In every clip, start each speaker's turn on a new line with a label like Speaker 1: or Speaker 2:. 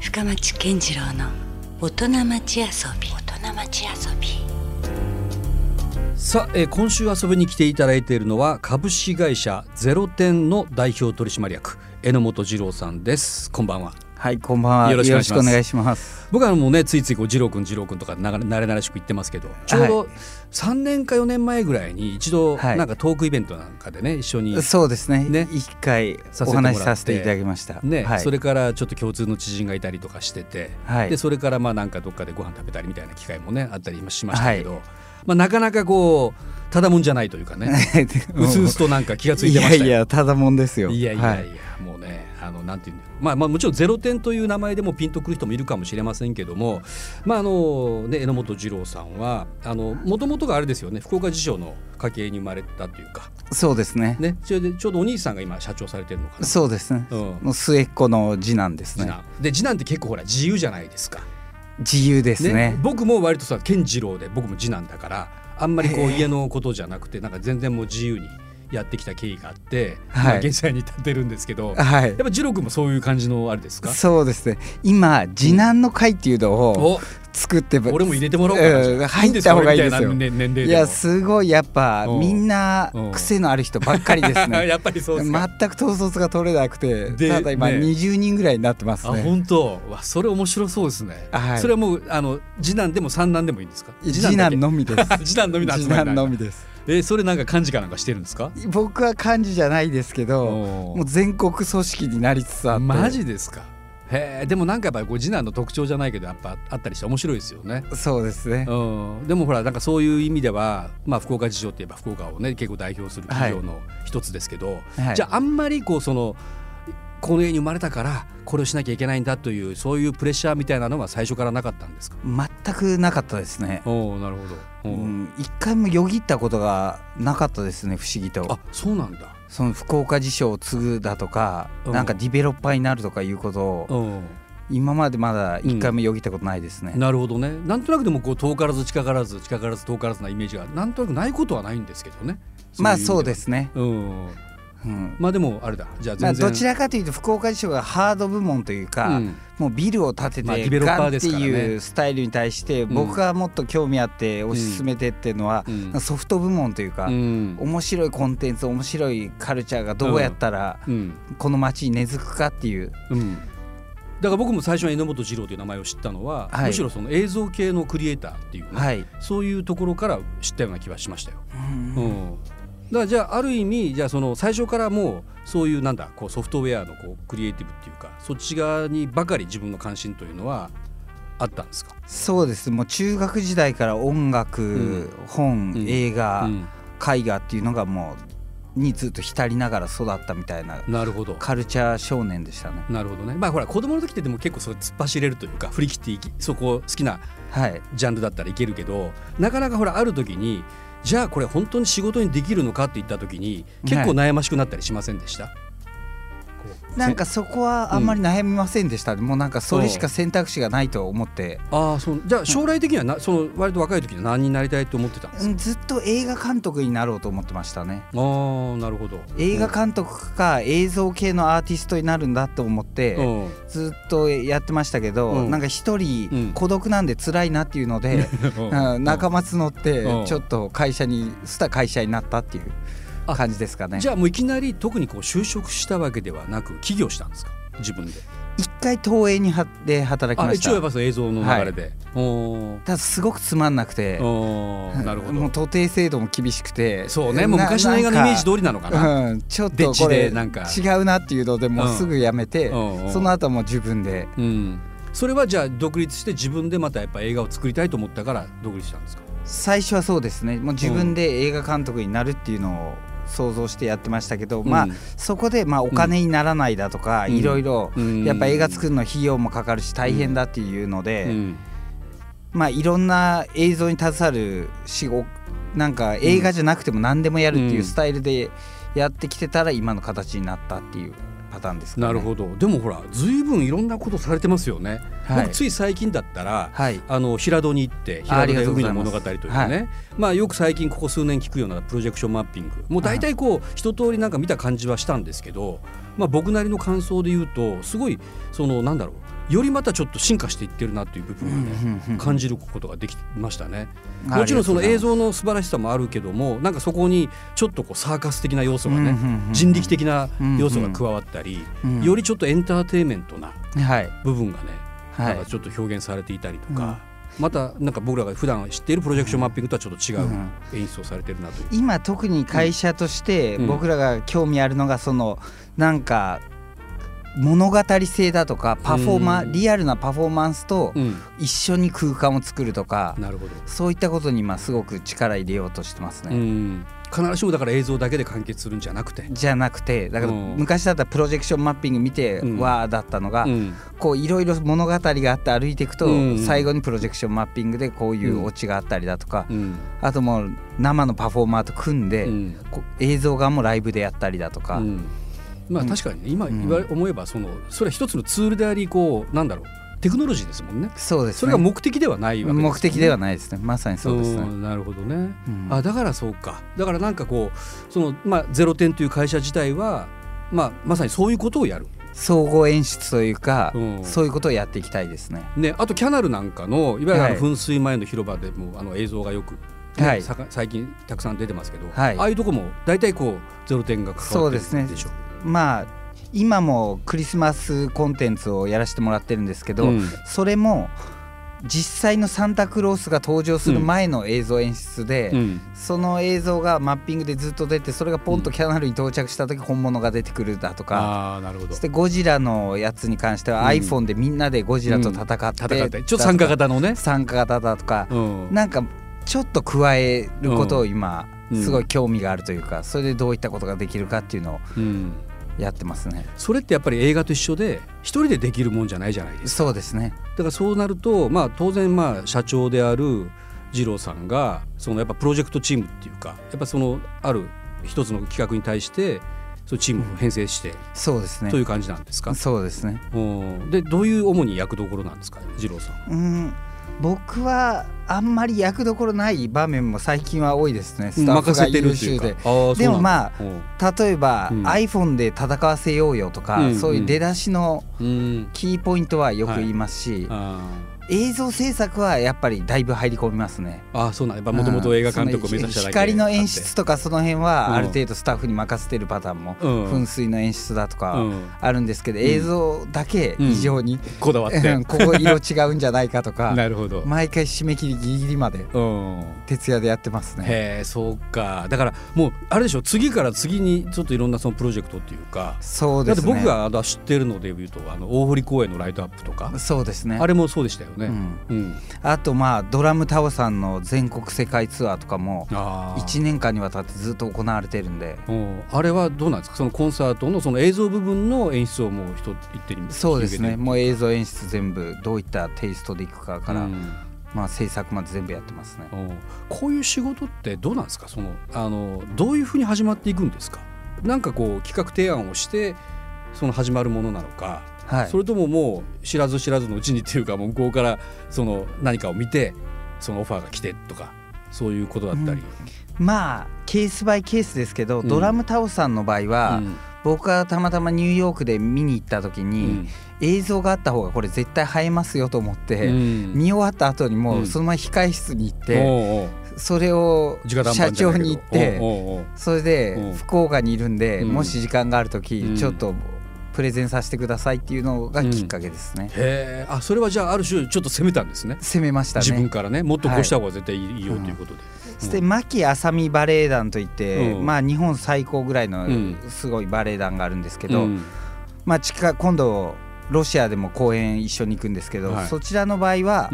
Speaker 1: 深町健次郎の大人町遊び大人町遊び
Speaker 2: さあ、えー今週遊びに来ていただいているのは株式会社ゼロ店の代表取締役榎本二郎さんですこんばんは
Speaker 3: はい、こんばんは。
Speaker 2: よ
Speaker 3: よ
Speaker 2: ろ
Speaker 3: ろ
Speaker 2: し
Speaker 3: し
Speaker 2: くお願いします
Speaker 3: くお願いします。
Speaker 2: 僕はもうねついついこう二郎君二郎君とかなが慣れ慣れしく言ってますけどちょう
Speaker 3: は
Speaker 2: ど
Speaker 3: い
Speaker 2: 3年か4年前ぐらいに一度
Speaker 3: はい
Speaker 2: なんかトークイベントなんかでね一緒に、
Speaker 3: そうですね。
Speaker 2: ね
Speaker 3: 一回
Speaker 2: させて
Speaker 3: お
Speaker 2: もらって
Speaker 3: 話しさせていただきました。
Speaker 2: ね
Speaker 3: はい、
Speaker 2: そ れからちょっと共通の知人がいたりとかしてて、
Speaker 3: はい
Speaker 2: でそれからまあなんかどっかでご飯食べたりみたいな機会もねあったりしましたけど、まあ、なかなかこうただもんじゃないというかねうすうすとなんか気がついてましたよ
Speaker 3: いやいや、ただもんですよ。
Speaker 2: いやいやいや、
Speaker 3: はい、
Speaker 2: もうねあのなんていうんだろうまあまあもちろんゼロ点という名前でもピンとくる人もいるかもしれませんけどもまああのね榎本二郎さんはあの元々があれですよね福岡辞書の家系に生まれたというか
Speaker 3: そうですね。
Speaker 2: ねそれでちょうどお兄さんが今社長されてるのかな。
Speaker 3: そうですね。
Speaker 2: うん
Speaker 3: の末っ子の次男です
Speaker 2: 次
Speaker 3: ね。
Speaker 2: 男で次男って結構ほら自由じゃないですか、
Speaker 3: 自由ですね。
Speaker 2: 僕も割とさ健次郎で僕も次男だからあんまりこう家のことじゃなくてなんか全然もう自由にやってきた経緯があって、
Speaker 3: はい
Speaker 2: まあ現在に立ってるんですけど、やっ
Speaker 3: はい。
Speaker 2: ぱ次郎君もそういう感じのあれですか
Speaker 3: そうですね。今次男の会っていうのを
Speaker 2: お
Speaker 3: 作ってば、
Speaker 2: 俺も入れてもらおうかなじゃあ、
Speaker 3: うん入った方がいいですよ
Speaker 2: んか俺みたいな年年齢
Speaker 3: い
Speaker 2: でも
Speaker 3: やすごいやっぱ
Speaker 2: うん
Speaker 3: みんな
Speaker 2: うん
Speaker 3: 癖のある人ばっかりで すね。
Speaker 2: やっぱりそうですか、
Speaker 3: 全く統率が取れなくて、
Speaker 2: で
Speaker 3: ただ今
Speaker 2: ね
Speaker 3: 20人ぐらいになってます
Speaker 2: あ
Speaker 3: ね。
Speaker 2: 本当わそれ面白そうですね、
Speaker 3: はい
Speaker 2: それはもうあの次男でも三男でもいいんですか
Speaker 3: 次
Speaker 2: だけ
Speaker 3: 男のみです。
Speaker 2: 次男のみの集
Speaker 3: 次
Speaker 2: まりな
Speaker 3: 男
Speaker 2: んだ
Speaker 3: のみです。
Speaker 2: えそれなんか漢字かなんかしてるんですか
Speaker 3: 僕は漢字じゃないですけど、
Speaker 2: おー
Speaker 3: もう全国組織になりつつあって。
Speaker 2: マジですかへえでもなんかやっぱりこう次男の特徴じゃないけどやっぱあったりして面白いですよね。
Speaker 3: そうですね。
Speaker 2: うん、でもほらなんかそういう意味では、まあ、福岡事情っていえば福岡をね結構代表する企業の一つですけど、
Speaker 3: はい
Speaker 2: じゃああんまりこうそのこの家に生まれたからこれをしなきゃいけないんだというそういうプレッシャーみたいなのは最初からなかったんですか
Speaker 3: 全くなかったですね。
Speaker 2: おーなるほ
Speaker 3: う
Speaker 2: ど、おー
Speaker 3: ん、一回もよぎったことがなかったですね不思議と
Speaker 2: あそうなんだ、
Speaker 3: その福岡辞書を継ぐだとか、
Speaker 2: うん
Speaker 3: なんかディベロッパーになるとかいうことを、
Speaker 2: うん、
Speaker 3: 今までまだ一回もよぎったことないですね、
Speaker 2: なるほどねなんとなくでもこう遠からず近からず近からず遠からずなイメージがなんとなくないことはないんですけどね
Speaker 3: まあそう
Speaker 2: す
Speaker 3: ですね、
Speaker 2: うん、
Speaker 3: うん
Speaker 2: まあでもあれだじゃあ
Speaker 3: まあ、
Speaker 2: 全然、
Speaker 3: どちらかというと福岡辞書がハード部門というか、
Speaker 2: うん
Speaker 3: もうビルを建てて
Speaker 2: まあディベロッパ
Speaker 3: ガ
Speaker 2: ー
Speaker 3: ンっ
Speaker 2: で
Speaker 3: て
Speaker 2: すからね
Speaker 3: いうスタイルに対して
Speaker 2: ん
Speaker 3: 僕がもっと興味あって推し進めてっていうのは
Speaker 2: うん
Speaker 3: なんかソフト部門というか
Speaker 2: うん
Speaker 3: 面白いコンテンツ面白いカルチャーがどうやったら
Speaker 2: うん
Speaker 3: この街に根付くかっていう
Speaker 2: うんだから僕も最初は榎本二郎という名前を知ったのは、
Speaker 3: はい
Speaker 2: むしろその映像系のクリエイターっていうね、
Speaker 3: はい
Speaker 2: そういうところから知ったような気はしましたよ。
Speaker 3: うん
Speaker 2: うん、だからじゃあある意味じゃあその最初からもうそういうなんだこうソフトウェアのこうクリエイティブっていうかそっち側にばかり自分の関心というのはあったんですか、
Speaker 3: そうですもう中学時代から音楽
Speaker 2: う
Speaker 3: 本
Speaker 2: ん
Speaker 3: 映
Speaker 2: う
Speaker 3: 画
Speaker 2: ん、
Speaker 3: 絵画っていうのがもうにずっと浸りながら育ったみたいな
Speaker 2: なるほど。
Speaker 3: カルチャー少年でしたね
Speaker 2: なるほどねまあほら子供の時ってでも結構それ突っ走れるというか振り切っていきそこ好きな
Speaker 3: はい
Speaker 2: ジャンルだったらいけるけどなかなかほらある時にじゃあこれ本当に仕事にできるのかって言った時に結構
Speaker 3: はい
Speaker 2: 悩ましくなったりしませんでした、
Speaker 3: なんかそこはあんまり悩みませんでしたね、もうなんかそれしか選択肢がないと思って、
Speaker 2: ああそうじゃあ将来的にはな、その割と若い時には何になりたいと思ってたんです
Speaker 3: う
Speaker 2: か、
Speaker 3: んずっと映画監督になろうと思ってましたね
Speaker 2: ああなるほど
Speaker 3: 映画監督か映像系のアーティストになるんだと思って、
Speaker 2: うん、うん
Speaker 3: ずっとやってましたけど、
Speaker 2: うん
Speaker 3: なんか一
Speaker 2: う
Speaker 3: 人
Speaker 2: ん
Speaker 3: 孤独なんで辛いなっていうので、 うん仲間募って
Speaker 2: うん
Speaker 3: ちょっと会社にした会社になったっていう
Speaker 2: あ
Speaker 3: 感じですかね
Speaker 2: じゃあもういきなり特にこう就職したわけではなく起業したんですか自分で
Speaker 3: 一回東映にはで働き
Speaker 2: あ
Speaker 3: まし
Speaker 2: 一応やったぱその映像の流れで、お
Speaker 3: ただすごくつまんなくて
Speaker 2: ーおーなるほど
Speaker 3: もう徒弟制度も厳しくて
Speaker 2: そうねもう
Speaker 3: な
Speaker 2: 昔の映画のイメージ通りなのかな
Speaker 3: うん、ちょっ
Speaker 2: で
Speaker 3: とこ
Speaker 2: 地で
Speaker 3: れ
Speaker 2: なんか
Speaker 3: 違うなっていうのでもうすぐやめて、
Speaker 2: うんうん
Speaker 3: その後はもう自分で
Speaker 2: うん、それはじゃあ独立して自分でまたやっぱ映画を作りたいと思ったから独立したんですか
Speaker 3: 最初はそうですねもう自分で映画監督になるっていうのを想像してやってましたけど、まあ
Speaker 2: うん
Speaker 3: そこでまあお金にならないだとか、
Speaker 2: うん
Speaker 3: いろいろ
Speaker 2: うん
Speaker 3: やっぱ映画作るの費用もかかるし大変だっていうので、
Speaker 2: うん
Speaker 3: まあいろんな映像に携わる仕事なんか映画じゃなくても何でもやるっていうスタイルでやってきてたら今の形になったっていうパターンですかね。
Speaker 2: なるほどでもほら随分いろんなことされてますよね、
Speaker 3: はい
Speaker 2: 僕つい最近だったら
Speaker 3: はい
Speaker 2: あの平戸に行って平
Speaker 3: ああ
Speaker 2: 戸
Speaker 3: りが
Speaker 2: で
Speaker 3: とうござ
Speaker 2: 海の
Speaker 3: います
Speaker 2: 物語というかねまあよく最近ここ数年聞くようなプロジェクションマッピングもう大体こう一通りなんか見た感じはしたんですけど、まあ、僕なりの感想で言うとすごいそのなんだろうよりまたちょっと進化していってるなという部分がね感じることができましたね。もちろんその映像の素晴らしさもあるけどもなんかそこにちょっとこうサーカス的な要素がね
Speaker 3: うんうんうん
Speaker 2: 人力的な要素が加わったり
Speaker 3: うん
Speaker 2: よりちょっとエンターテインメントな
Speaker 3: はい
Speaker 2: 部分がね
Speaker 3: は
Speaker 2: ないんかちょっと表現されていたりとか。またなんか僕らが普段知っているプロジェクションマッピングとはちょっと違う演出をされてるなという、
Speaker 3: 今特に会社として
Speaker 2: うん
Speaker 3: 僕らが興味あるのがそのなんか物語性だとかパフォーマー、
Speaker 2: うん
Speaker 3: リアルなパフォーマンスと
Speaker 2: うん
Speaker 3: 一緒に空間を作るとか、
Speaker 2: なるほど、
Speaker 3: そういったことに今すごく力入れようとしてます
Speaker 2: う
Speaker 3: ね。
Speaker 2: ん、必ずしもだから映像だけで完結するんじゃなくて、
Speaker 3: じゃなくてだから
Speaker 2: うん
Speaker 3: 昔だったらプロジェクションマッピング見て、
Speaker 2: うん
Speaker 3: わーだったのが、
Speaker 2: うん
Speaker 3: こういろいろ物語があって歩いていくと、
Speaker 2: うん
Speaker 3: 最後にプロジェクションマッピングでこういうオチがあったりだとか、
Speaker 2: うん
Speaker 3: あともう生のパフォーマーと組んで、
Speaker 2: うん
Speaker 3: こう映像側もライブでやったりだとか、
Speaker 2: うんまあ
Speaker 3: うん
Speaker 2: 確かにね今
Speaker 3: うん
Speaker 2: 言われ思えばそのそれは一つのツールでありこうなんだろうテクノロジーですもんね
Speaker 3: そうですね
Speaker 2: それが目的ではないわけですよね
Speaker 3: 目的ではないですねまさにそうですね、
Speaker 2: んなるほどね
Speaker 3: うん
Speaker 2: あだからそうかだからなんかこうそのまあゼロ点という会社自体はまあまさにそういうことをやる
Speaker 3: 総合演出というか、
Speaker 2: うん
Speaker 3: そういうことをやっていきたいですね
Speaker 2: ね、あとキャナルなんかのいわゆるあの
Speaker 3: はい
Speaker 2: 噴水前の広場でもあの映像がよく、ね
Speaker 3: はい
Speaker 2: さか最近たくさん出てますけど、
Speaker 3: はい
Speaker 2: ああいうとこも大体こうゼロ点が関わって
Speaker 3: そうですね
Speaker 2: るでしょ
Speaker 3: まあ今もクリスマスコンテンツをやらせてもらってるんですけ
Speaker 2: う
Speaker 3: ど、
Speaker 2: ん
Speaker 3: それも実際のサンタクロースが登場する前の映像演出で、
Speaker 2: うん
Speaker 3: その映像がマッピングでずっと出てそれがポンとキャナルに到着した時本物が出てくるだとか、
Speaker 2: ああなるほど
Speaker 3: そしてゴジラのやつに関して
Speaker 2: うん
Speaker 3: は iPhone でみんなでゴジラと戦って,、
Speaker 2: 戦ってちょっと参加型のね、
Speaker 3: 参加型だとか、
Speaker 2: うん、
Speaker 3: なんかちょっと加えることを今、
Speaker 2: うん
Speaker 3: すごい興味があるというかそれでどういったことができるかっていうのを
Speaker 2: うん
Speaker 3: やってますね。
Speaker 2: それってやっぱり映画と一緒で一人でできるもんじゃないじゃないですか
Speaker 3: そうですね
Speaker 2: だからそうなると、まあ、当然まあ社長である二郎さんがそのやっぱプロジェクトチームっていうかやっぱそのある一つの企画に対してそうチームを編成して
Speaker 3: そうですね
Speaker 2: という感じなんですか、
Speaker 3: そうですね
Speaker 2: うんでどういう主に役どころなんですか二郎さん。
Speaker 3: うん僕はあんまり役どころない場面も最近は多いですねスタッフ
Speaker 2: 任
Speaker 3: が
Speaker 2: せてる
Speaker 3: 優
Speaker 2: ってい
Speaker 3: 秀
Speaker 2: うか
Speaker 3: で。
Speaker 2: あー
Speaker 3: でも
Speaker 2: そうなんだ
Speaker 3: 例えば、
Speaker 2: うん
Speaker 3: iPhone で戦わせようよとか、
Speaker 2: うん
Speaker 3: そういう出だしの
Speaker 2: うんうん
Speaker 3: キーポイントはよく言いますし、
Speaker 2: あ
Speaker 3: 映像制作はやっぱりだいぶ入り込みますね。
Speaker 2: ーあーそうなんやっぱもともと映画監督を目指しただけ
Speaker 3: うん光の演出
Speaker 2: と
Speaker 3: とかその辺
Speaker 2: うん
Speaker 3: はある程度スタッフに任せてるパターンも、噴水の演出だとかあるんですけど、
Speaker 2: ん
Speaker 3: 映像だけ異常に、
Speaker 2: こだわって
Speaker 3: うんここ色違うんじゃないかと か
Speaker 2: なるほど、
Speaker 3: 毎回締め切りギリギリまで
Speaker 2: うん
Speaker 3: 徹夜でやってますね。
Speaker 2: へえそうかだからもうあれでしょ次から次にちょっといろんなそのプロジェクトっていうか
Speaker 3: そう
Speaker 2: だ
Speaker 3: で
Speaker 2: って
Speaker 3: すね。
Speaker 2: 僕があの知ってるので言うとあの大堀公園のライトアップとか、
Speaker 3: そうですね。
Speaker 2: あれもそうでしたよね。
Speaker 3: うん
Speaker 2: うん
Speaker 3: あとまあドラムタオさんの全国世界ツアーとかも
Speaker 2: あー
Speaker 3: 1年間にわたってずっと行われてるんで
Speaker 2: うんあれはどうなんですかそのコンサートのその映像部分の演出をもう一手に
Speaker 3: そうですね
Speaker 2: 広
Speaker 3: もう映像演出全部どういったテイストでいくか
Speaker 2: げて
Speaker 3: から、
Speaker 2: うん
Speaker 3: まあ制作まで全部やってますね
Speaker 2: うんこういう仕事ってどうなんですかそのあのどういうふうに始まっていくんですかなんかこう企画提案をしてその始まるものなのか
Speaker 3: はい
Speaker 2: それとももう知らず知らずのうちにっていうかもう向こうからその何かを見てそのオファーが来てとかそういうことだったり、
Speaker 3: まあケースバイケースですけど、
Speaker 2: うん
Speaker 3: ドラムタオさんの場合は、
Speaker 2: うん
Speaker 3: 僕がたまたまニューヨークで見に行った時
Speaker 2: う
Speaker 3: に、
Speaker 2: ん
Speaker 3: 映像があった方がこれ絶対映えますよと思って、
Speaker 2: うん
Speaker 3: 見終わった後にも
Speaker 2: うん
Speaker 3: うそのまま控え室に行っ
Speaker 2: おう
Speaker 3: て、
Speaker 2: おう
Speaker 3: それを
Speaker 2: 直談判
Speaker 3: 社
Speaker 2: じゃ
Speaker 3: 長
Speaker 2: ないけど
Speaker 3: に行って
Speaker 2: おうおうおう
Speaker 3: それ
Speaker 2: うん
Speaker 3: で福岡にいるんで、
Speaker 2: うん
Speaker 3: もし時間がある時、
Speaker 2: うん
Speaker 3: ちょっとプレゼンさせてくださいっていうのがきっかけですね、
Speaker 2: へえあそれはじゃあある種ちょっと攻めたんですね
Speaker 3: 攻めました
Speaker 2: 自分
Speaker 3: ね
Speaker 2: からねもっとこうした方が絶対いいよということで、
Speaker 3: そして牧あさみバレエ団といって、
Speaker 2: うん
Speaker 3: まあ日本最高ぐらいの
Speaker 2: うん
Speaker 3: すごいバレエ団があるんですけ
Speaker 2: け
Speaker 3: ど、まあ近今度ロシアでも公演一緒に行くんですけど、
Speaker 2: はい
Speaker 3: そちらの場合は、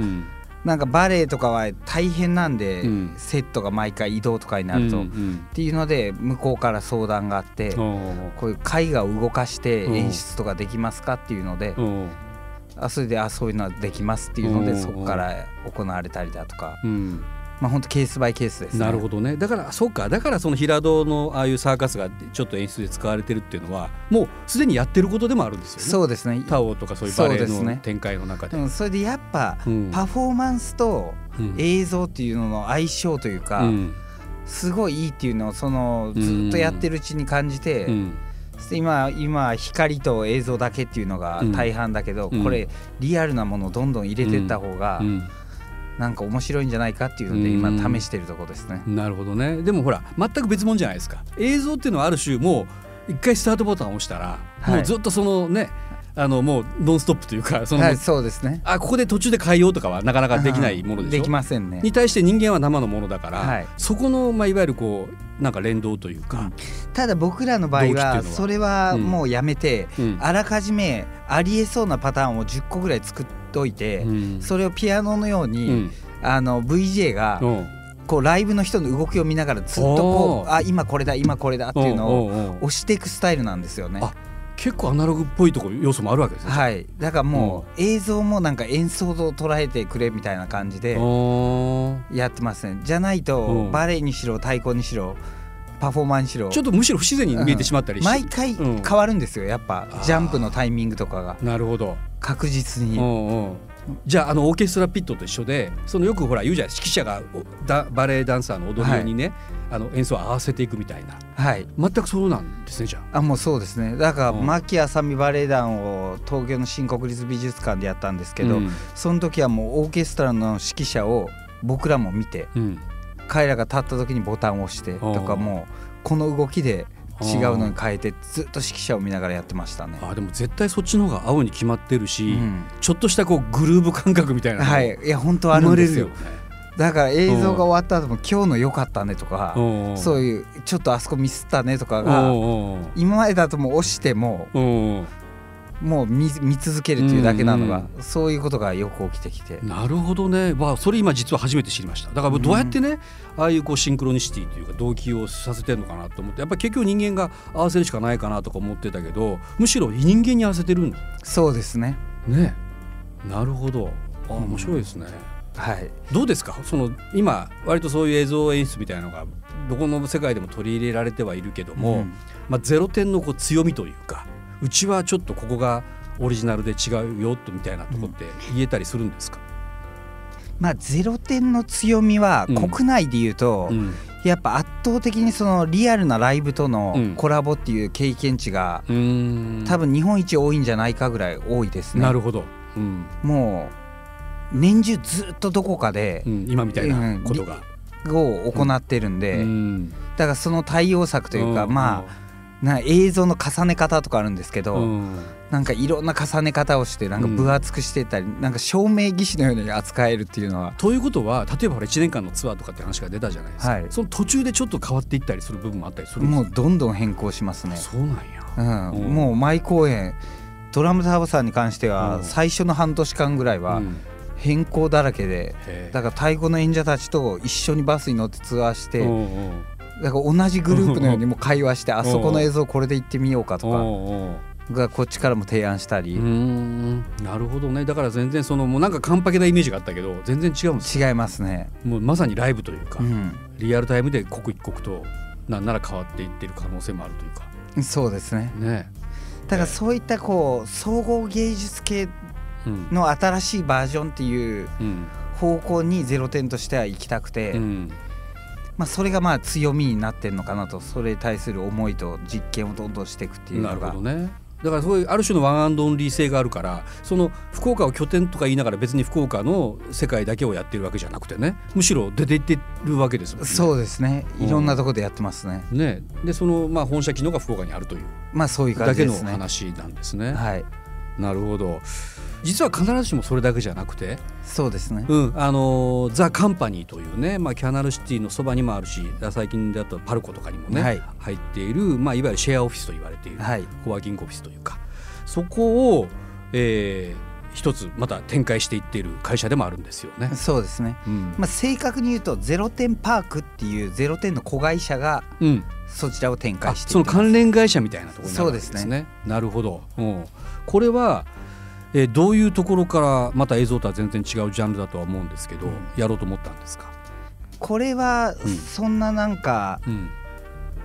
Speaker 3: なんかバレエとかは大変なんで、
Speaker 2: うん
Speaker 3: セットが毎回移動とかになると、っていうので向こうから相談があって、こういう絵画を動かして
Speaker 2: うん
Speaker 3: 演出とかできますかっていうので、あそれであそういうのはできますっていうの
Speaker 2: う
Speaker 3: で
Speaker 2: ん
Speaker 3: そこから行われたりだとか、
Speaker 2: うん
Speaker 3: まあ本当ケースバイケースですね。
Speaker 2: なるほどねだからそうかだからその平戸のああいうサーカスがちょっと演出で使われてるっていうのはもうすでにやってることでもあるんですよね
Speaker 3: そうですね。
Speaker 2: タオとかそういうバレエ
Speaker 3: そうです
Speaker 2: の
Speaker 3: ね
Speaker 2: 展開の中で
Speaker 3: う。ん、それでやっぱ、
Speaker 2: うん
Speaker 3: パフォーマンスと
Speaker 2: うん
Speaker 3: 映像っていうのの相性というか、
Speaker 2: うん
Speaker 3: すごいいいっていうのをそのずっとやってるうちに感じて、
Speaker 2: うん
Speaker 3: 今今光と映像だけっていうのが大半だけど、
Speaker 2: うん
Speaker 3: これリアルなものをどんどん入れてった方がなんか面白いんじゃないかっていうので
Speaker 2: う
Speaker 3: 今
Speaker 2: ん
Speaker 3: 試してるとこですね。
Speaker 2: なるほどねでもほら全く別物じゃないですか映像っていうのはある種もう一回スタートボタンを押したら、
Speaker 3: はい
Speaker 2: もうずっとそのねあのもうノンストップというかその、
Speaker 3: はい、そうですね。
Speaker 2: あここで途中で変えようとかはなかなかできないものでしょ
Speaker 3: できませんね。
Speaker 2: に対して人間は生のものだから、
Speaker 3: はい
Speaker 2: そこの、まあ、いわゆるこうなんか連動というか、
Speaker 3: ただ僕らの場合
Speaker 2: 動機ってい
Speaker 3: は
Speaker 2: うのは
Speaker 3: それはもうやめて、
Speaker 2: うん
Speaker 3: あらかじめありえそうなパターンを10個ぐらい作っといて、
Speaker 2: うん
Speaker 3: それをピアノのように、
Speaker 2: うん
Speaker 3: あの VJ が
Speaker 2: うん
Speaker 3: こうライブの人の動きを見ながらずっとこ
Speaker 2: お
Speaker 3: う
Speaker 2: ー
Speaker 3: あ今これだ今これだっていうのを
Speaker 2: んんうん
Speaker 3: 押していくスタイルなんですよね。
Speaker 2: あ結構アナログっぽいとこ要素もあるわけですね。
Speaker 3: はい、だからもう映像もなんか演奏を捉えてくれみたいな感じで
Speaker 2: おー
Speaker 3: やってますねじゃないと
Speaker 2: うん
Speaker 3: バレエにしろ太鼓にしろパフォーマンにしろ
Speaker 2: ちょっとむしろ不自然に見えてしまったりして、
Speaker 3: 毎回
Speaker 2: うん
Speaker 3: 変わるんですよやっぱ
Speaker 2: あー
Speaker 3: ジャンプのタイミングとかが
Speaker 2: なるほど、
Speaker 3: 確実
Speaker 2: う
Speaker 3: に
Speaker 2: んうん、じゃああのオーケストラピットと一緒でそのよくほら言うじゃない指揮者がおだバレエダンサーの踊りにね、あの演奏を合わせていくみたいな
Speaker 3: はい
Speaker 2: 全くそうなんですねじゃあ。
Speaker 3: あもうそうですねだから
Speaker 2: うん
Speaker 3: 牧あさみバレエ団を東京の新国立美術館でやったんですけど、
Speaker 2: うん
Speaker 3: その時はもうオーケストラの指揮者を僕らも見て
Speaker 2: うん
Speaker 3: 彼らが立った時にボタンを押してとか
Speaker 2: うん
Speaker 3: もうこの動きで違うのに変えてずっと指揮者を見ながらやってましたね。
Speaker 2: あでも絶対そっちの方が青に決まってるし、
Speaker 3: うん
Speaker 2: ちょっとしたこうグルーヴ感覚みたいなのも
Speaker 3: はい、いや本当あ
Speaker 2: 生
Speaker 3: るん
Speaker 2: まれ
Speaker 3: で
Speaker 2: る
Speaker 3: す
Speaker 2: よ
Speaker 3: よ
Speaker 2: ね。
Speaker 3: だから映像が終わった後も「今日の良かったね」とか
Speaker 2: うんうん
Speaker 3: そういうちょっとあそこミスったねとか
Speaker 2: う
Speaker 3: が
Speaker 2: んうん
Speaker 3: 今までだともう押しても
Speaker 2: うんうん
Speaker 3: もう見見続けるというだけなの
Speaker 2: う
Speaker 3: が
Speaker 2: ん
Speaker 3: そういうことがよく起きてきて
Speaker 2: なるほどね、わあ、それ今実は初めて知りましただからどうやってね、ああいうこうシンクロニシティというか動機をさせてるのかなと思ってやっぱり結局人間が合わせるしかないかなとか思ってたけどむしろ人間に合わせてるんだ
Speaker 3: そうですね
Speaker 2: ねなるほどあ面白いですね、
Speaker 3: はい
Speaker 2: どうですかその今割とそういう映像演出みたいなのがどこの世界でも取り入れられてはいるけども、
Speaker 3: うん
Speaker 2: まあ、ゼロ点のこう強みというかうちはちょっとここがオリジナルで違うよとみたいなとこって言えたりするんですか、
Speaker 3: まあゼロ点の強みは
Speaker 2: うん
Speaker 3: 国内で言うと
Speaker 2: ん
Speaker 3: やっぱ圧倒的にそのリアルなライブと
Speaker 2: う
Speaker 3: の
Speaker 2: ん
Speaker 3: コラボっていう経験値が
Speaker 2: うーん
Speaker 3: 多分日本一多いんじゃないかぐらい多いですね
Speaker 2: なるほど、うん
Speaker 3: もう年中ずっとどこかで
Speaker 2: うん今みたいなことが。
Speaker 3: を行ってるんで、
Speaker 2: うん
Speaker 3: だからその対応策というか、まあな映像の重ね方とかあるんですけ
Speaker 2: あ
Speaker 3: ど、
Speaker 2: うん
Speaker 3: なんかいろんな重ね方をしてなんか分厚くしてたり、なんか照明技師のように扱えるっていうのは
Speaker 2: ということは例えばほら1年間のツアーとかって話が出たじゃないですか、
Speaker 3: はい
Speaker 2: その途中でちょっと変わっていったりする部分もあったりするん
Speaker 3: も
Speaker 2: で
Speaker 3: うどんどん変更しますね
Speaker 2: す。そうなんや
Speaker 3: うん
Speaker 2: うん
Speaker 3: もう毎公演ドラムターボさんに関して
Speaker 2: う
Speaker 3: は
Speaker 2: ん
Speaker 3: 最初の半年間ぐらいは
Speaker 2: うん
Speaker 3: 変更だらけで、
Speaker 2: へえ
Speaker 3: だから太鼓の演者たちと一緒にバスに乗ってツアーして、
Speaker 2: うんうん
Speaker 3: だから同じグループのようにもう会話してあそこの映像これで行ってみようかとか
Speaker 2: うんうん
Speaker 3: がこっちからも提案したり
Speaker 2: うーんなるほどねだから全然そのもうなんか完璧なイメージがあったけど全然違うんです
Speaker 3: 違いますね。
Speaker 2: もうまさにライブというか、
Speaker 3: う
Speaker 2: リアルタイムで刻一刻となんなら変わっていってる可能性もあるというか
Speaker 3: ん、そうですね
Speaker 2: ね、
Speaker 3: だからそういったこう総合芸術系
Speaker 2: うん
Speaker 3: の新しいバージョンっていう
Speaker 2: うん
Speaker 3: 方向にゼロ点としては行きたくて、
Speaker 2: うん、
Speaker 3: まあ、それがまあ強みになってるのかなとそれに対する思いと実験をどんどんしていくっていう
Speaker 2: な
Speaker 3: の
Speaker 2: る
Speaker 3: が
Speaker 2: ほどねだからそういうある種のワンアンドオンリー性があるからその福岡を拠点とか言いながら別に福岡の世界だけをやってるわけじゃなくてねむしろ出ていってるわけですもんね。
Speaker 3: そうですね
Speaker 2: うん
Speaker 3: いろんなとこでやってますね、
Speaker 2: ねでその、まあ、本社機能が福岡にあるという
Speaker 3: まあそういう
Speaker 2: だ
Speaker 3: 感
Speaker 2: け
Speaker 3: じ
Speaker 2: の
Speaker 3: ですね
Speaker 2: 話なんですね。
Speaker 3: はい
Speaker 2: なるほど実は必ずしもそれだけじゃなくて、
Speaker 3: そうですね
Speaker 2: うんあのザ・カンパニーというね、まあ、キャナルシティのそばにもあるし最近だとパルコとかにもね、
Speaker 3: はい
Speaker 2: 入っている、まあ、いわゆるシェアオフィスと言われている、
Speaker 3: はい
Speaker 2: コワーキングオフィスというかそこを、えー一つまた展開していっている会社でもあるんですよね。
Speaker 3: そうですね
Speaker 2: うん
Speaker 3: まあ、正確に言うとゼロ点パークっていうゼロ点の子会社が
Speaker 2: うん、
Speaker 3: そちらを展
Speaker 2: あ
Speaker 3: 開してい
Speaker 2: その
Speaker 3: ってます
Speaker 2: 関連会社みたいなところになるわけですね。
Speaker 3: そう
Speaker 2: なるほど、うん、これは、えーどういうところからまた映像とは全然違うジャンルだとは思うんですけど、やろうと思ったんですか、
Speaker 3: これは
Speaker 2: うん
Speaker 3: そんななんか
Speaker 2: うん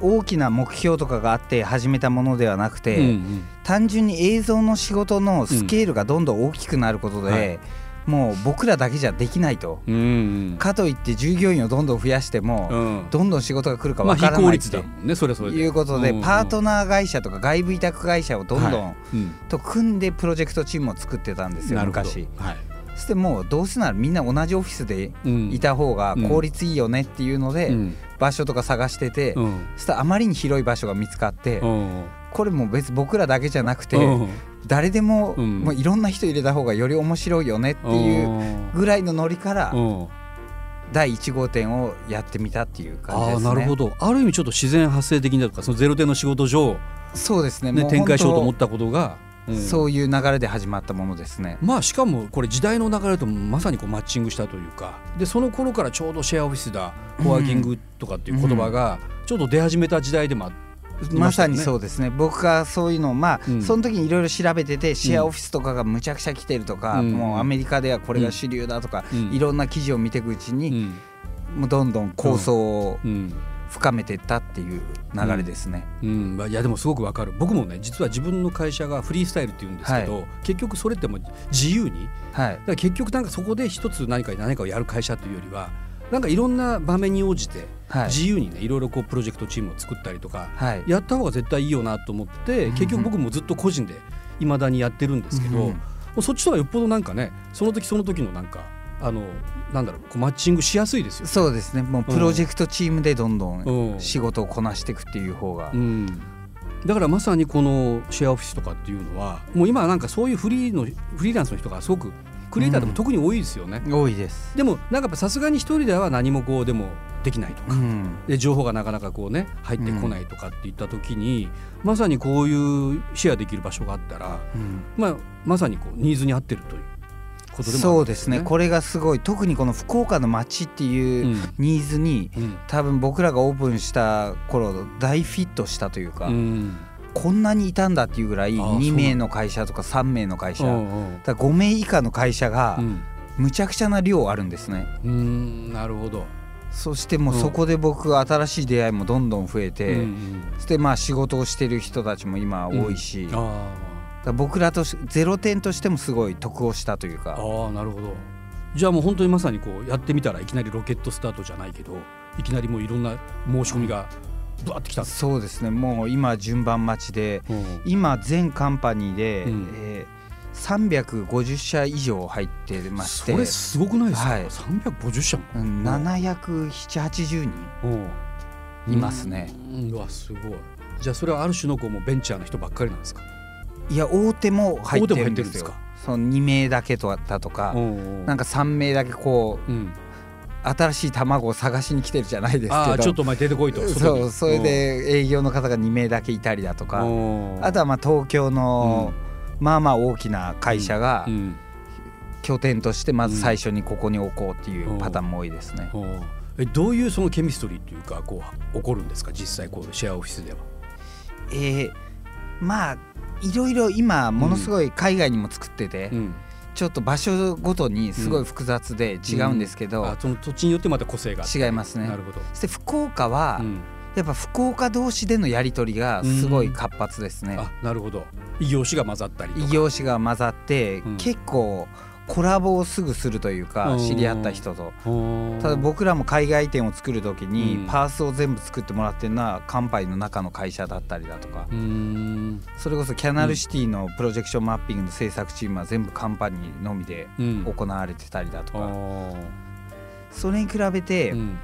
Speaker 3: 大きな目標とかがあって始めたものではなくて、
Speaker 2: うんうん
Speaker 3: 単純に映像の仕事のスケールがどんどん大きくなることで、
Speaker 2: はい
Speaker 3: もう僕らだけじゃできないと。
Speaker 2: うん
Speaker 3: かといって従業員をどんどん増やしても、
Speaker 2: うん
Speaker 3: どんどん仕事が来るか
Speaker 2: まあ
Speaker 3: わか
Speaker 2: 非
Speaker 3: ら
Speaker 2: 効
Speaker 3: ないっ
Speaker 2: 率
Speaker 3: て
Speaker 2: だもんねそれはそれで。
Speaker 3: いうことで、
Speaker 2: んん
Speaker 3: パートナー会社とか外部委託会社をどんどん、
Speaker 2: はうん
Speaker 3: と組んでプロジェクトチームを作ってたんですよ
Speaker 2: なるほど
Speaker 3: 昔。
Speaker 2: はい
Speaker 3: そしてもうどうせならみんな同じオフィスで
Speaker 2: うん
Speaker 3: いた方が効率いいよねっていうので、
Speaker 2: うん
Speaker 3: 場所とか探してて、
Speaker 2: うん
Speaker 3: そしたらあまりに広い場所が見つかって、
Speaker 2: うん
Speaker 3: これもう別に僕らだけじゃなくて、
Speaker 2: うん
Speaker 3: 誰でも,、
Speaker 2: うん
Speaker 3: もういろんな人入れた方がより面白いよねっていうぐらいのノリから
Speaker 2: うん
Speaker 3: 第1号店をやってみたっていう感じ
Speaker 2: あ
Speaker 3: で
Speaker 2: あ
Speaker 3: すね。
Speaker 2: なるほどある意味ちょっと自然発生的なとかそのゼロ点の仕事上、
Speaker 3: そうですね
Speaker 2: ね、
Speaker 3: もう
Speaker 2: 展開しようと思っ
Speaker 3: 本
Speaker 2: たことが、う
Speaker 3: 当
Speaker 2: ん
Speaker 3: そういう流れで始まったものですね。
Speaker 2: まあしかもこれ時代の流れとまさにこうマッチングしたというかでその頃からちょうどシェアオフィスだコワーキングとかっていう言葉がちょっと出始めた時代でもあっ
Speaker 3: まさにそうですね僕がそういうのをまあ、
Speaker 2: うん
Speaker 3: その時にいろいろ調べててシェアオフィスとかがむちゃくちゃ来てるとか、
Speaker 2: うん
Speaker 3: もうアメリカではこれが主流だとか、
Speaker 2: うん
Speaker 3: いろんな記事を見ていくうち
Speaker 2: う
Speaker 3: に、
Speaker 2: ん
Speaker 3: もうどんどん構想を
Speaker 2: うん
Speaker 3: 深めていったっていう流れですね。
Speaker 2: うんまあいやでもすごくわかる僕もね実は自分の会社がフリースタイルっていうんですけど、結局それってもう自由に
Speaker 3: はい
Speaker 2: だから結局なんかそこで一つ何か何かをやる会社というよりはなんかいろんな場面に応じて
Speaker 3: はい
Speaker 2: 自由にねいろいろこうプロジェクトチームを作ったりとか
Speaker 3: はい
Speaker 2: やった方が絶対いいよなと思って
Speaker 3: うん
Speaker 2: 結局僕もずっと個人でいまだにやってるんですけど、
Speaker 3: うん
Speaker 2: もうそっちとはよっぽどなんかねその時その時のなんかあのなんだろうこうマッチングしやすいですよ。
Speaker 3: そうですねもうプロジェクトチームでどんどん
Speaker 2: うん
Speaker 3: 仕事をこなしていくっていう方が、
Speaker 2: うんだからまさにこのシェアオフィスとかっていうのはもう今はなんかそういうフリーのフリーランスの人がすごくクリエイターでも特に多いですよね、
Speaker 3: 多いです。
Speaker 2: でもなんかやっぱさすがに一人では何もこうでもできないと
Speaker 3: う
Speaker 2: か、
Speaker 3: ん
Speaker 2: で情報がなかなかこうね入ってこないとかっていった時に、まさにこういうシェアできる場所があったら
Speaker 3: うん
Speaker 2: まあ、まさにこうニーズに合ってるということでも
Speaker 3: そ
Speaker 2: あるん
Speaker 3: うですねこれがすごい特にこの福岡の街って
Speaker 2: う
Speaker 3: いうんニーズに
Speaker 2: うん
Speaker 3: 多分僕らがオープンした頃大フィットしたというか、
Speaker 2: うん
Speaker 3: こんなにいたんだっていうぐらい
Speaker 2: あーそう
Speaker 3: 2名の会社とか3名の会社
Speaker 2: う
Speaker 3: だ
Speaker 2: ん
Speaker 3: から5名以下の会社が
Speaker 2: うん
Speaker 3: むちゃくちゃな量あるんですね。
Speaker 2: うんなるほど、
Speaker 3: そしてもううんそこで僕は新しい出会いもどんどん増えて、
Speaker 2: うん
Speaker 3: そしてまあ仕事をしてる人たちも今多いし、だか
Speaker 2: あ
Speaker 3: ら僕らとしゼロ点としてもすごい得をしたという
Speaker 2: ー
Speaker 3: か
Speaker 2: あーなるほどじゃあもう本当にまさにこうやってみたらいきなりロケットスタートじゃないけどいきなりもういろんな申し込みがぶわってきたんです、
Speaker 3: そうですねもう今順番待ちで
Speaker 2: うん
Speaker 3: 今全カンパニーで、
Speaker 2: うん
Speaker 3: えー350社以上入ってまし
Speaker 2: そ
Speaker 3: て、
Speaker 2: れすごくないですか、
Speaker 3: はい
Speaker 2: 350社も
Speaker 3: うん、770人いますね。
Speaker 2: うんうわすごいじゃあそれはある種のこうもうベンチャーの人ばっかりなんですか
Speaker 3: いや大手も入っ
Speaker 2: 大手も
Speaker 3: てるんです
Speaker 2: 入ってるんです
Speaker 3: よ
Speaker 2: か
Speaker 3: その2名だけとあったとか、なん
Speaker 2: か、
Speaker 3: か3名だけこう
Speaker 2: うん、
Speaker 3: 新しい卵を探しに来てるじゃないですけど
Speaker 2: ああーちょっとお前出てこいと外に
Speaker 3: そうそれで営業の方が2名だけいたりだとかあとは
Speaker 2: は
Speaker 3: まあ東京のまあまあ大きな会社が
Speaker 2: うん
Speaker 3: 拠点としてまず最初にここに置こうっていうパターンも多いですね。
Speaker 2: おーえどういうそのケミストリーというかこう起こるんですか実際こうシェアオフィスでは。
Speaker 3: えーまあいろいろ今ものすごい海外にも作ってて
Speaker 2: うん、
Speaker 3: ちょっと場所ごとにすごい複雑で違うんですけど
Speaker 2: あその土地によってまた個性があって
Speaker 3: 違いますね
Speaker 2: なるほど。
Speaker 3: そして福岡は
Speaker 2: うん
Speaker 3: やっぱ福岡同士でのやり取りがすごい活発ですね。
Speaker 2: あなるほど異業種が混ざったりとか
Speaker 3: 異業種が混ざって、
Speaker 2: うん
Speaker 3: 結構コラボをすぐするという
Speaker 2: う
Speaker 3: か
Speaker 2: ん
Speaker 3: 知り合った人と
Speaker 2: おー
Speaker 3: ただ僕らも海外店を作る時に、
Speaker 2: うん
Speaker 3: パースを全部作ってもらってるのは乾杯の中の会社だったりだとか
Speaker 2: うーん
Speaker 3: それこそキャナルシティのプロジェクションマッピングの制作チームは全部カンパニーのみで
Speaker 2: うん
Speaker 3: 行われてたりだと
Speaker 2: あ
Speaker 3: か、
Speaker 2: ー
Speaker 3: それに比べて、
Speaker 2: うん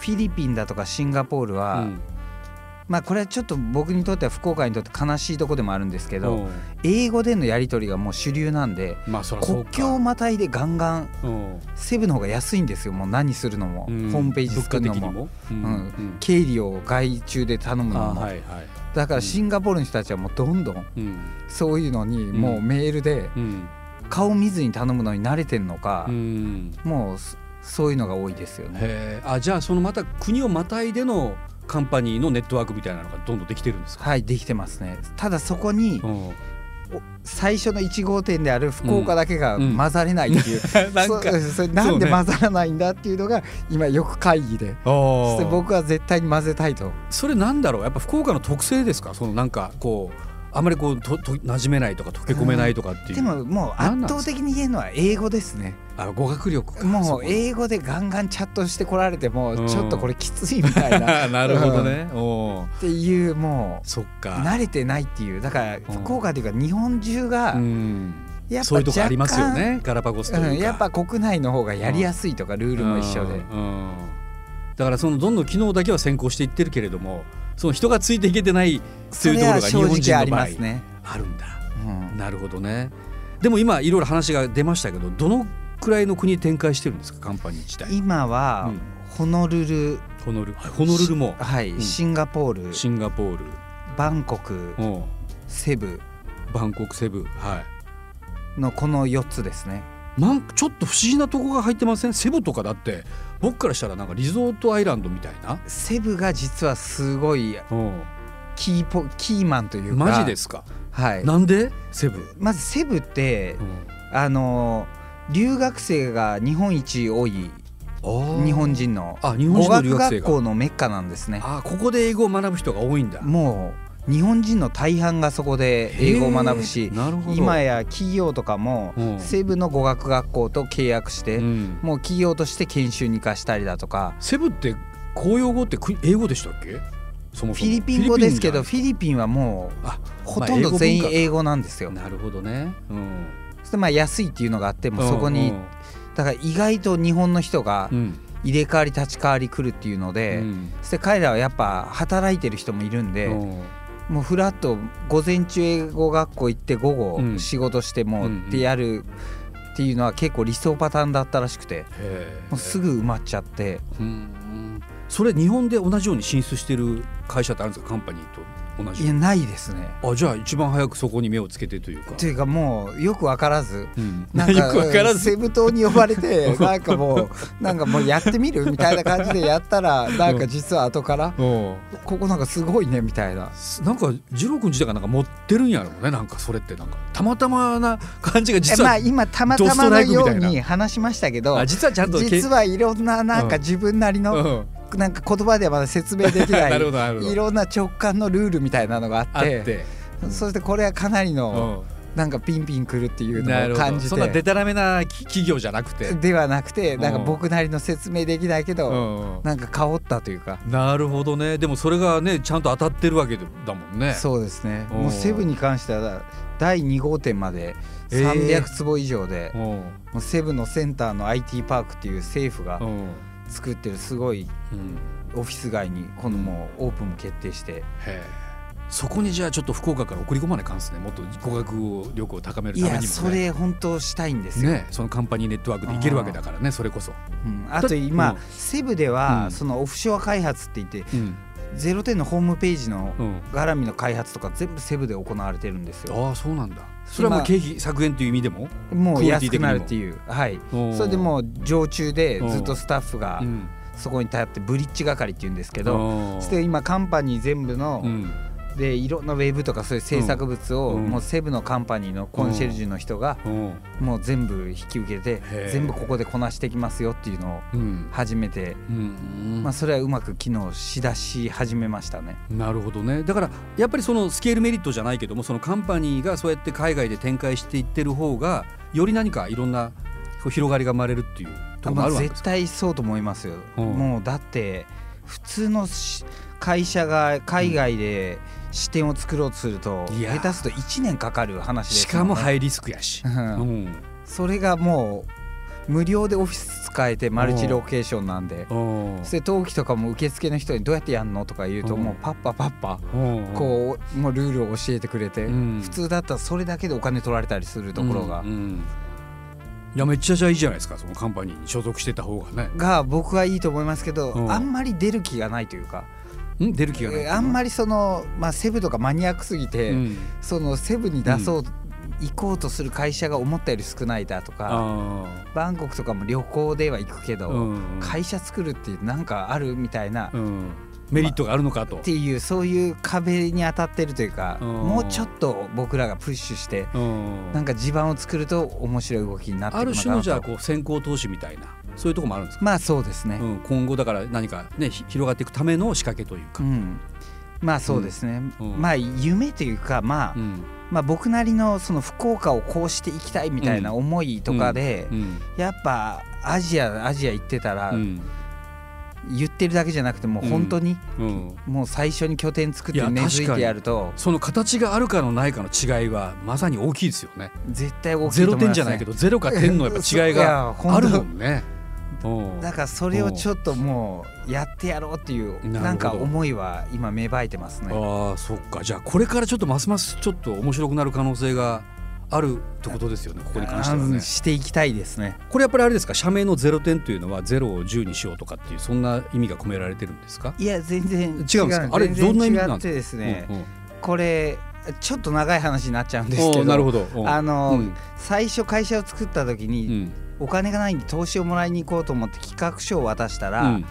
Speaker 3: フィリピンだとかシンガポールは、
Speaker 2: うん
Speaker 3: まあこれはちょっと僕にとっては福岡にとって悲しいとこでもあるんですけど、
Speaker 2: うん
Speaker 3: 英語でのやり取りがもう主流なんで
Speaker 2: まあそらそ
Speaker 3: 国
Speaker 2: うか
Speaker 3: 境をまたいでガンガン
Speaker 2: うん
Speaker 3: セブンの方が安いんですよもう何するのも、
Speaker 2: うん
Speaker 3: ホームページ作るのも
Speaker 2: 物価的にも
Speaker 3: う
Speaker 2: うんんうん
Speaker 3: 経理を外注で頼む
Speaker 2: あ
Speaker 3: の
Speaker 2: ー
Speaker 3: も、
Speaker 2: はいはい
Speaker 3: だからシンガポールの人たちはもうどんどん
Speaker 2: うん
Speaker 3: そういうのにもうメールで
Speaker 2: うん
Speaker 3: 顔見ずに頼むのに慣れてんのか
Speaker 2: う、ん
Speaker 3: もうそそういうのが多いですよね。
Speaker 2: へーあじゃあそのまた国をまたいでのカンパニーのネットワークみたいなのがどんどんできてるんですか、
Speaker 3: はいできてますねただそこに
Speaker 2: うん
Speaker 3: お最初の1号店である福岡だけが
Speaker 2: うん
Speaker 3: 混ざれないっていう、
Speaker 2: なん
Speaker 3: そ
Speaker 2: か
Speaker 3: うそれなんで
Speaker 2: そうね
Speaker 3: 混ざらないんだっていうのが今よく会議でそして
Speaker 2: そ
Speaker 3: 僕は絶対に混ぜたいと
Speaker 2: それなんだろうやっぱ福岡の特性ですかそのなんかこうあまりこうとと馴染めないとか溶け込めないとかっていう、
Speaker 3: でももう
Speaker 2: 何
Speaker 3: 圧
Speaker 2: なんですか
Speaker 3: 倒的に言えるのは英語ですね
Speaker 2: あ語学力かそ
Speaker 3: も
Speaker 2: こ
Speaker 3: う英語でガンガンチャットしてこられて
Speaker 2: うん
Speaker 3: もちょっとこれきついみたいなっ
Speaker 2: あなるほどね、おー
Speaker 3: ていうも
Speaker 2: そっ
Speaker 3: う
Speaker 2: か
Speaker 3: 慣れてないっていうだから
Speaker 2: ん
Speaker 3: 福岡というか日本中が
Speaker 2: うん
Speaker 3: やっぱ
Speaker 2: そういうとこありますよ
Speaker 3: 若干
Speaker 2: ねガラパゴスというか、
Speaker 3: うん、やっぱ国内の方がやりやすいとかルールも一緒で、
Speaker 2: うんうんだからそのどんどん機能だけは先行していってるけれどもその人がついていけてないと
Speaker 3: そ
Speaker 2: いう
Speaker 3: れ
Speaker 2: ところ
Speaker 3: は
Speaker 2: が日
Speaker 3: 正
Speaker 2: 本人
Speaker 3: 直あ
Speaker 2: の
Speaker 3: り
Speaker 2: 場合
Speaker 3: ますね、
Speaker 2: あるんだ
Speaker 3: うん
Speaker 2: なるほどねでも今いろいろ話が出ましたけどどのくらいの国に展開してるんですかカンパニー自体
Speaker 3: 今
Speaker 2: う
Speaker 3: は
Speaker 2: ん
Speaker 3: ホノルル、
Speaker 2: ホノルルホノルルも
Speaker 3: はい
Speaker 2: ん
Speaker 3: シンガポール
Speaker 2: シンガポール
Speaker 3: バンコク
Speaker 2: うん
Speaker 3: セブ
Speaker 2: バンコクセブはい
Speaker 3: のこの4つですね
Speaker 2: なんかちょっと不思議なとこが入ってませんセブとかだって僕からしたらなんかリゾートアイランドみたいな、
Speaker 3: セブが実はすごいキーポキーマンというか
Speaker 2: マジですか
Speaker 3: はい
Speaker 2: なんでセブ、
Speaker 3: まずセブって
Speaker 2: うん
Speaker 3: あの留学生が日本一多い
Speaker 2: あー
Speaker 3: 日本人の
Speaker 2: あ日本
Speaker 3: 語
Speaker 2: 人の留
Speaker 3: 学
Speaker 2: 学生
Speaker 3: 学
Speaker 2: が
Speaker 3: 校のメッカなんですね
Speaker 2: あーここで英語を学ぶ人が多いんだ
Speaker 3: もう日本人の大半がそこで英語を学ぶ
Speaker 2: へ
Speaker 3: し
Speaker 2: ーなるほど
Speaker 3: 今や企業とかも
Speaker 2: うん
Speaker 3: 西部の語学学校と契約して、
Speaker 2: うん
Speaker 3: もう企業として研修に生かしたりだとか
Speaker 2: セブって公用語ってく英語でしたっけそもそも
Speaker 3: フィリピン語ですけど
Speaker 2: フィ
Speaker 3: フィリピンはも
Speaker 2: リ
Speaker 3: う
Speaker 2: ピンじゃないあ
Speaker 3: ほとんど全員
Speaker 2: まあ
Speaker 3: 英語なんですよ。
Speaker 2: 文化なるほどね、うん、
Speaker 3: そしてまあ安いっていうのがあってもそこに
Speaker 2: うん
Speaker 3: だから意外と日本の人が
Speaker 2: うん
Speaker 3: 入れ替わり立ち替わり来るっていうの
Speaker 2: う
Speaker 3: で、
Speaker 2: ん
Speaker 3: そして彼らはやっぱ働いてる人もいるんで、
Speaker 2: うん
Speaker 3: もうフラッと午前中英語学校行って午
Speaker 2: うん
Speaker 3: 後仕事しても
Speaker 2: う
Speaker 3: うん
Speaker 2: うん
Speaker 3: ってやるっていうのは結構理想パターンだったらしくても
Speaker 2: へー
Speaker 3: うすぐ埋まっちゃって
Speaker 2: うんそれ日本で同じように進出してる会社ってあるんですかカンパニーと同
Speaker 3: い
Speaker 2: じ
Speaker 3: やないですね。
Speaker 2: あじゃあ一番早くそこに目をつけてというか
Speaker 3: というかもうよく分からず。
Speaker 2: うん
Speaker 3: なん
Speaker 2: よくわから
Speaker 3: か
Speaker 2: ず
Speaker 3: セブ島に呼ば れてなんかもうなんかもうやってみるみたいな感じでやったらなんか実は後から
Speaker 2: うん
Speaker 3: ここなんかすごいねみたいな
Speaker 2: なんか二郎君自体がなんか持ってるんやろうねなんかそれってなんかたまたまな感じが
Speaker 3: え
Speaker 2: 実
Speaker 3: まあ
Speaker 2: は、
Speaker 3: 今たまたまのように話しましたけど
Speaker 2: あ、実はちゃんとけ
Speaker 3: 実はいろんななんか自分なりの
Speaker 2: うん、
Speaker 3: なんか言葉ではまだ説明でき な い
Speaker 2: なるほどなるほ
Speaker 3: い
Speaker 2: ど
Speaker 3: ろんな直感のルールみたいなのがあって
Speaker 2: あって、
Speaker 3: そしてこれはかなりの、
Speaker 2: う、
Speaker 3: なんかピンピンくるっていうんのを感じ
Speaker 2: そんなで
Speaker 3: て
Speaker 2: たらめなき企業じゃなくて、
Speaker 3: ではなくて
Speaker 2: うん
Speaker 3: なんか僕なりの説明できないけ
Speaker 2: う
Speaker 3: ど、
Speaker 2: ん
Speaker 3: なんか香ったというか、
Speaker 2: なるほどねでもそれがねちゃんと当たってるわけだもんね
Speaker 3: そうですね
Speaker 2: うん
Speaker 3: もうセブンに関しては第2号店まで
Speaker 2: え
Speaker 3: 300
Speaker 2: ー
Speaker 3: 坪以上で、
Speaker 2: うん
Speaker 3: もうセブンのセンターの IT パークっていう政府が
Speaker 2: うん
Speaker 3: 作ってるすごい
Speaker 2: うん
Speaker 3: オフィス街に今度もうオープンも決定して
Speaker 2: へえそこにじゃあちょっと福岡から送り込まないかんですねもっと語学を力を高める
Speaker 3: い
Speaker 2: ためにも
Speaker 3: や
Speaker 2: ね
Speaker 3: それ本当したいんですよ、
Speaker 2: ねそのカンパニーネットワークで行けるわけだからねそれこそ、
Speaker 3: うんあと今、
Speaker 2: うん
Speaker 3: セブで
Speaker 2: う
Speaker 3: は
Speaker 2: ん
Speaker 3: そのオフショア開発って言って
Speaker 2: うん
Speaker 3: ゼロ点のホームページの
Speaker 2: うん、
Speaker 3: 絡みの開発とか全部セブで行われてるんですよ
Speaker 2: ああそうなんだそれはもう
Speaker 3: 今
Speaker 2: 経費削減という意味でも
Speaker 3: もう
Speaker 2: クオリティ
Speaker 3: 安
Speaker 2: 的に
Speaker 3: く
Speaker 2: も
Speaker 3: なるっていうはいそれで
Speaker 2: う
Speaker 3: もう常駐でずっとスタッフが
Speaker 2: ん
Speaker 3: そこに立ってブリッジ係っていうんですけ
Speaker 2: け
Speaker 3: どそして今カンパニー全部のでいろんなウェブとかそういう制作物を
Speaker 2: うん
Speaker 3: もうセブのカンパニーのコンシェルジュの人が
Speaker 2: うん
Speaker 3: もう全部引き受けて
Speaker 2: へー
Speaker 3: 全部ここでこなしてきますよっていうのを
Speaker 2: うん
Speaker 3: 始めて
Speaker 2: うん
Speaker 3: まあそれはうまく機能しだし始めましたね。
Speaker 2: なるほどねだからやっぱりそのスケールメリットじゃないけどもそのカンパニーがそうやって海外で展開していってる方がより何かいろんなこう広がりが生まれるっていうところもあ
Speaker 3: あ
Speaker 2: るわけです
Speaker 3: 絶対そうと思いますよ、
Speaker 2: うん
Speaker 3: もうだって普通のし会社が海外で支店を作ろうとすると、
Speaker 2: いや
Speaker 3: 下手すると1年かかる話です
Speaker 2: しかも
Speaker 3: ね
Speaker 2: ハイリスクやし、
Speaker 3: うん
Speaker 2: うん
Speaker 3: それがもう無料でオフィス使えてマルチロケーションなんで、
Speaker 2: うん
Speaker 3: そして登記とかも受付の人にどうやってやんのとか言うと、
Speaker 2: うん
Speaker 3: もうパッパパッパ、
Speaker 2: うん
Speaker 3: こうもうルールを教えてくれて、
Speaker 2: うん
Speaker 3: 普通だったらそれだけでお金取られたりするところが、
Speaker 2: うんうんいやめっちゃじゃあいいじゃないですかそのカンパニーに所属してた方がね、
Speaker 3: が僕はいいと思いますけど、
Speaker 2: うん
Speaker 3: あんまり出る気がないというか。
Speaker 2: うん、出る気がない
Speaker 3: えーあんま
Speaker 2: り、
Speaker 3: りその、まあ、セブとかマニアックすぎて、
Speaker 2: うん
Speaker 3: そのセブに出そう、行こうとする会社が思ったより少ないだとか
Speaker 2: あ
Speaker 3: バンコクとかも旅行では行くけど、
Speaker 2: ーうん
Speaker 3: 会社作るってなんかあるみたいな、っ
Speaker 2: うん、メリットがあるのかと、
Speaker 3: ていうそういう壁に当たってるというか、
Speaker 2: うん
Speaker 3: もうちょっと僕らがプッシュして
Speaker 2: うん
Speaker 3: なんか地盤を作ると面白い動きになって
Speaker 2: あ
Speaker 3: くる
Speaker 2: る
Speaker 3: の
Speaker 2: 種
Speaker 3: か
Speaker 2: の
Speaker 3: な
Speaker 2: じゃあ
Speaker 3: と
Speaker 2: こう先行投資みたいなそういうところもあるんですか、
Speaker 3: まあそうですね、
Speaker 2: うん、今後だから何かねひ広がっていくための仕掛けという
Speaker 3: う
Speaker 2: か、
Speaker 3: んまあそうですね、
Speaker 2: うん
Speaker 3: まあ夢というか、まあ
Speaker 2: うん
Speaker 3: まあ、僕なりのその福岡をこうしていきたいみたいな思いとかで、
Speaker 2: うん
Speaker 3: やっぱアジアアジア行ってたら、
Speaker 2: うん
Speaker 3: 言ってるだけじゃなくてもう本当に、
Speaker 2: うん、
Speaker 3: もう最初に拠点作
Speaker 2: い
Speaker 3: って
Speaker 2: や
Speaker 3: 根付
Speaker 2: 確
Speaker 3: い
Speaker 2: か
Speaker 3: て
Speaker 2: に
Speaker 3: やると
Speaker 2: その形があるかのないかの違いはまさに大きいですよね。
Speaker 3: 絶対大きい
Speaker 2: ゼ
Speaker 3: と
Speaker 2: ロ
Speaker 3: 思
Speaker 2: 点
Speaker 3: います、
Speaker 2: じ
Speaker 3: ね、
Speaker 2: ゃないけどゼロか点のやっぱ違いが
Speaker 3: そういや
Speaker 2: あるも
Speaker 3: 本
Speaker 2: んね。うん
Speaker 3: 当だからそれをちょっともうやってやろうっていう
Speaker 2: なるほど
Speaker 3: なんか思いは今芽生えてますね
Speaker 2: ああそっかじゃあこれからちょっとますますちょっと面白くなる可能性があるってことですよねここに関しては
Speaker 3: う
Speaker 2: ね
Speaker 3: ん。していきたいですね
Speaker 2: これやっぱりあれですか社名のゼロ点というのはゼロを10にしようとかっていうそんな意味が込められてるんですか、
Speaker 3: いや全然違うん
Speaker 2: ですかあれどんな意味なんですか
Speaker 3: 違ってですね、
Speaker 2: うんうん
Speaker 3: これちょっと長い話になっちゃうんですけ
Speaker 2: お
Speaker 3: ど
Speaker 2: ーなるほど。うん
Speaker 3: あの、
Speaker 2: うん
Speaker 3: 最初会社を作った時
Speaker 2: う
Speaker 3: に
Speaker 2: ん
Speaker 3: お金がないんで投資をもらいに行こうと思って企画書を渡したら、
Speaker 2: うん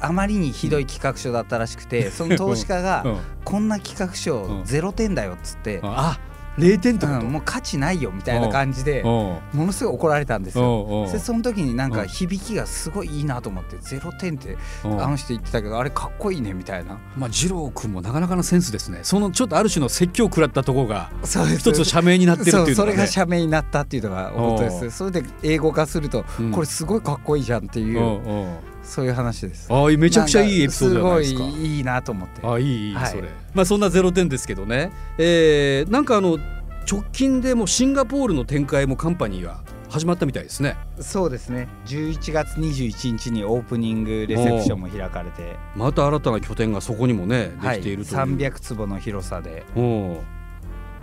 Speaker 3: あまりにひどい企画書だったらしくて、その投資家が、
Speaker 2: うん
Speaker 3: こんな企画
Speaker 2: う
Speaker 3: 書
Speaker 2: ん
Speaker 3: ゼロ点だよっつって、
Speaker 2: あ0点って
Speaker 3: う
Speaker 2: こ
Speaker 3: ん
Speaker 2: と、
Speaker 3: もう価値ないよみたいな感じで、
Speaker 2: おう
Speaker 3: ものすごい怒られたんですよ。
Speaker 2: おうおう
Speaker 3: でその時になん
Speaker 2: う
Speaker 3: か
Speaker 2: ん
Speaker 3: 響きがすごいいいなと思って「ゼロ点」って
Speaker 2: おう
Speaker 3: あの人言ってたけどあれかっこいいねみたいな
Speaker 2: まあ、二郎君もなかなかのセンスですね。そのちょっとある種の説教を食らったところが
Speaker 3: そうです
Speaker 2: 一つの社名になってるって
Speaker 3: そ
Speaker 2: いううの
Speaker 3: そ
Speaker 2: が、
Speaker 3: れ
Speaker 2: ね
Speaker 3: が、社名になったっていうのが本当ですそれで英語化すると
Speaker 2: うん
Speaker 3: これすごいかっこいいじゃんっていう、
Speaker 2: おうおう
Speaker 3: そういう話です
Speaker 2: ああめちゃくちゃいいエピソードじゃないですか
Speaker 3: ん。ごいいいなと思って
Speaker 2: あいいいい、
Speaker 3: はい
Speaker 2: それ。まあそんなゼロ点ですけどね。えー、なんかあの直近でもうシンガポールの展開もカンパニーが始まったみたいですね。
Speaker 3: そうですね11月21日にオープニングレセプションも開かれて
Speaker 2: また新たな拠点がそこにもねで
Speaker 3: はい
Speaker 2: きているという。
Speaker 3: 300坪の広さで
Speaker 2: うん。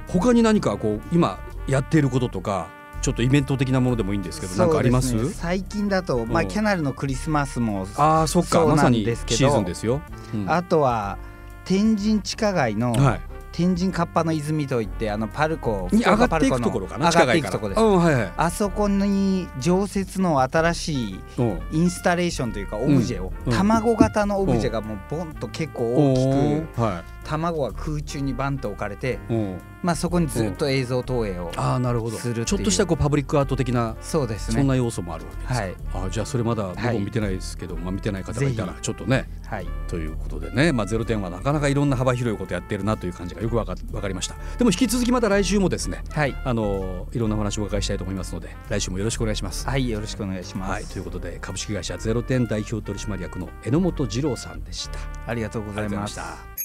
Speaker 2: 他に何かこう今やっていることとかちょっとイベント的なものでもいいんですけど、なんかあります
Speaker 3: そう？ですね最近だと、ま
Speaker 2: う
Speaker 3: あ、
Speaker 2: ん
Speaker 3: キャナルのクリスマスも
Speaker 2: ああそっか
Speaker 3: そう
Speaker 2: ま
Speaker 3: な
Speaker 2: さ
Speaker 3: ん
Speaker 2: に
Speaker 3: ですけど
Speaker 2: シーズンですよ。うん
Speaker 3: あとは天神地下街の
Speaker 2: はい。
Speaker 3: 天神カッパの泉といってあのパルコ
Speaker 2: に上がっていく
Speaker 3: 福岡パルコの
Speaker 2: ところかな。
Speaker 3: 上がっていくとこ
Speaker 2: 地
Speaker 3: ろ
Speaker 2: 下街
Speaker 3: で
Speaker 2: から
Speaker 3: す
Speaker 2: うんはいはい。
Speaker 3: あそこに常設の新しい
Speaker 2: うん。
Speaker 3: インスタレーションというかオブジェを、
Speaker 2: うん
Speaker 3: 卵型のオブジェがもうボンと結構大きく、
Speaker 2: く。は
Speaker 3: 卵が空中にバンと置かれて、
Speaker 2: い。うん。
Speaker 3: まあ、そこにずっと映像投影を、
Speaker 2: ああなるほど
Speaker 3: するっていう
Speaker 2: ちょっとしたこうパブリックアート的な
Speaker 3: そうです
Speaker 2: そん
Speaker 3: ね
Speaker 2: な要素もあるわけですか、
Speaker 3: はい
Speaker 2: あーじゃあそれまだ僕
Speaker 3: はい
Speaker 2: も見てないですけど、まあ、見てない方がいたら
Speaker 3: ぜ
Speaker 2: ちょっとね
Speaker 3: はい
Speaker 2: ということでね、まあ、ゼロ点はなかなかいろんな幅広いことやってるなという感じがよくわかわかりましたでも引き続きまた来週もですね
Speaker 3: はい、
Speaker 2: あのーいろんなお話をお伺いしたいと思いますので来週もよろしくお願いします。
Speaker 3: はい、よろしくお願いします、
Speaker 2: はい、ということで株式会社ゼロ点代表取締役の榎本二郎さんでした。
Speaker 3: ありがとうご
Speaker 2: あ
Speaker 3: ざ
Speaker 2: りがとうご
Speaker 3: い
Speaker 2: ざいまし
Speaker 3: ます
Speaker 2: た。